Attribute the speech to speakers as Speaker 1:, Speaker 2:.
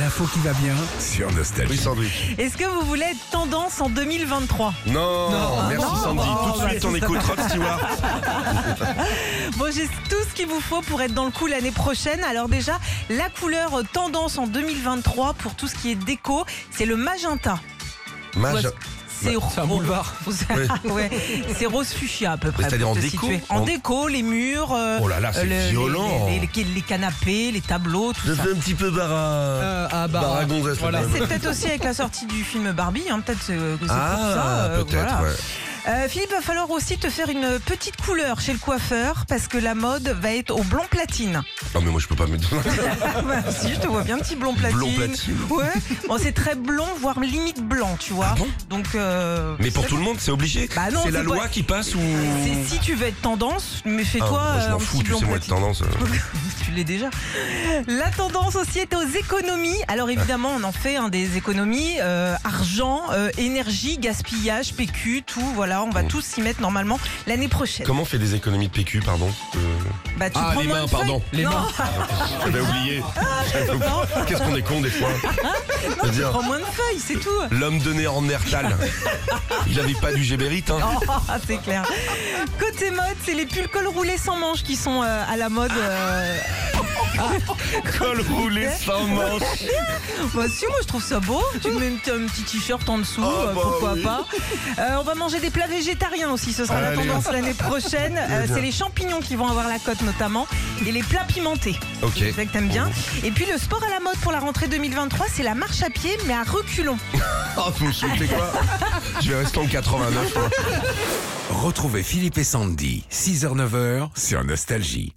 Speaker 1: l'info qui va bien.
Speaker 2: Sur Nostalgie.
Speaker 3: Oui, Sandwich.
Speaker 4: Est-ce que vous voulez être tendance en 2023
Speaker 3: Non,
Speaker 1: Non,
Speaker 3: merci
Speaker 1: non,
Speaker 3: Sandy.
Speaker 1: non,
Speaker 3: Tout de
Speaker 4: Oh,
Speaker 1: bah,
Speaker 3: suite,
Speaker 1: ça,
Speaker 3: on
Speaker 1: ça
Speaker 3: écoute Rod Stewart.
Speaker 4: Bon, j'ai tout ce qu'il vous faut pour être dans le coup l'année prochaine. Alors déjà, la couleur euh, tendance en 2023 pour tout ce qui est déco, c'est le magenta.
Speaker 3: Mage.
Speaker 4: C'est
Speaker 1: C'est un
Speaker 4: ro-
Speaker 1: boulevard.
Speaker 4: ah Ouais, c'est rose fuchsia à peu près.
Speaker 3: Mais c'est-à-dire en
Speaker 4: pour te
Speaker 3: déco
Speaker 4: situer. En
Speaker 3: En-
Speaker 4: déco, les murs. euh,
Speaker 3: Oh là là, c'est
Speaker 4: le- les-
Speaker 3: violent.
Speaker 4: Les, les- les canapés, les tableaux, tout
Speaker 3: Je
Speaker 4: ça.
Speaker 3: fais un petit peu bara.
Speaker 1: Euh, ah bah,
Speaker 3: Bara Gonzès,
Speaker 1: voilà.
Speaker 3: le
Speaker 4: C'est peut-être aussi avec la sortie du film Barbie, hein, peut-être euh, que c'est pour ça.
Speaker 3: Ah,
Speaker 4: euh, voilà.
Speaker 3: peut-être, ouais.
Speaker 4: Euh, Philippe, va falloir aussi te faire une petite couleur chez le coiffeur parce que la mode va être au blond platine.
Speaker 3: Non, mais moi, je peux pas me
Speaker 4: Bah, si, je te vois bien petit blond platine.
Speaker 3: Blond platine.
Speaker 4: Ouais. Bon, c'est très blond, voire limite blanc, tu vois.
Speaker 3: Ah bon
Speaker 4: Donc. euh,
Speaker 3: Mais pour tout le monde, c'est obligé.
Speaker 4: Bah non,
Speaker 3: c'est la
Speaker 4: c'est
Speaker 3: loi
Speaker 4: pas-
Speaker 3: qui passe ou.
Speaker 4: c'est si tu veux être tendance, mais
Speaker 3: Ah,
Speaker 4: fais-toi
Speaker 3: moi, je
Speaker 4: euh, un
Speaker 3: m'en fous,
Speaker 4: petit
Speaker 3: tu
Speaker 4: blond
Speaker 3: sais, moi, de
Speaker 4: platine.
Speaker 3: tendance. euh,
Speaker 4: tu l'es déjà. La tendance aussi est aux économies. Alors évidemment, on en fait hein, des économies euh, argent, euh, énergie, gaspillage, PQ, tout. Voilà, on
Speaker 2: Mmh.
Speaker 4: va tous s'y mettre normalement l'année prochaine.
Speaker 3: Comment on fait des économies de PQ, pardon Euh,
Speaker 4: Bah, tu
Speaker 2: Ah,
Speaker 4: prends
Speaker 2: les
Speaker 4: moins
Speaker 2: mains,
Speaker 4: de
Speaker 2: pardon.
Speaker 4: feuilles.
Speaker 1: Les
Speaker 4: Non,
Speaker 1: mains.
Speaker 4: Ah,
Speaker 3: J'avais oublié. Qu'est-ce qu'on est con des fois Je veux dire,
Speaker 4: prends moins de feuilles, c'est tout.
Speaker 3: L'homme de Néandertal. Il n'avait pas du gébérite. Hein.
Speaker 4: Oh, c'est clair. Côté mode, c'est les pulls col roulé sans manches qui sont euh, à la mode. euh,
Speaker 3: Col roulé sans manche.
Speaker 4: Bah si, moi je trouve ça beau. Tu mets une- un petit t-shirt en dessous,
Speaker 3: Ah,
Speaker 4: euh,
Speaker 3: bah
Speaker 4: pourquoi
Speaker 3: oui.
Speaker 4: pas. Euh, on va manger des plats végétariens aussi, ce sera la
Speaker 3: Allez.
Speaker 4: tendance l'année prochaine. Euh, c'est les champignons qui vont avoir la cote notamment et les plats pimentés.
Speaker 3: Ok. Oh.
Speaker 4: C'est ça que t'aimes bien. Et puis le sport à la mode pour la rentrée 2023, c'est la marche à pied mais à reculons.
Speaker 3: Oh, vous me souhaitez quoi Je vais rester en hein. 89. moi.
Speaker 2: Retrouvez Philippe et Sandy, 6h-9h, sur Nostalgie.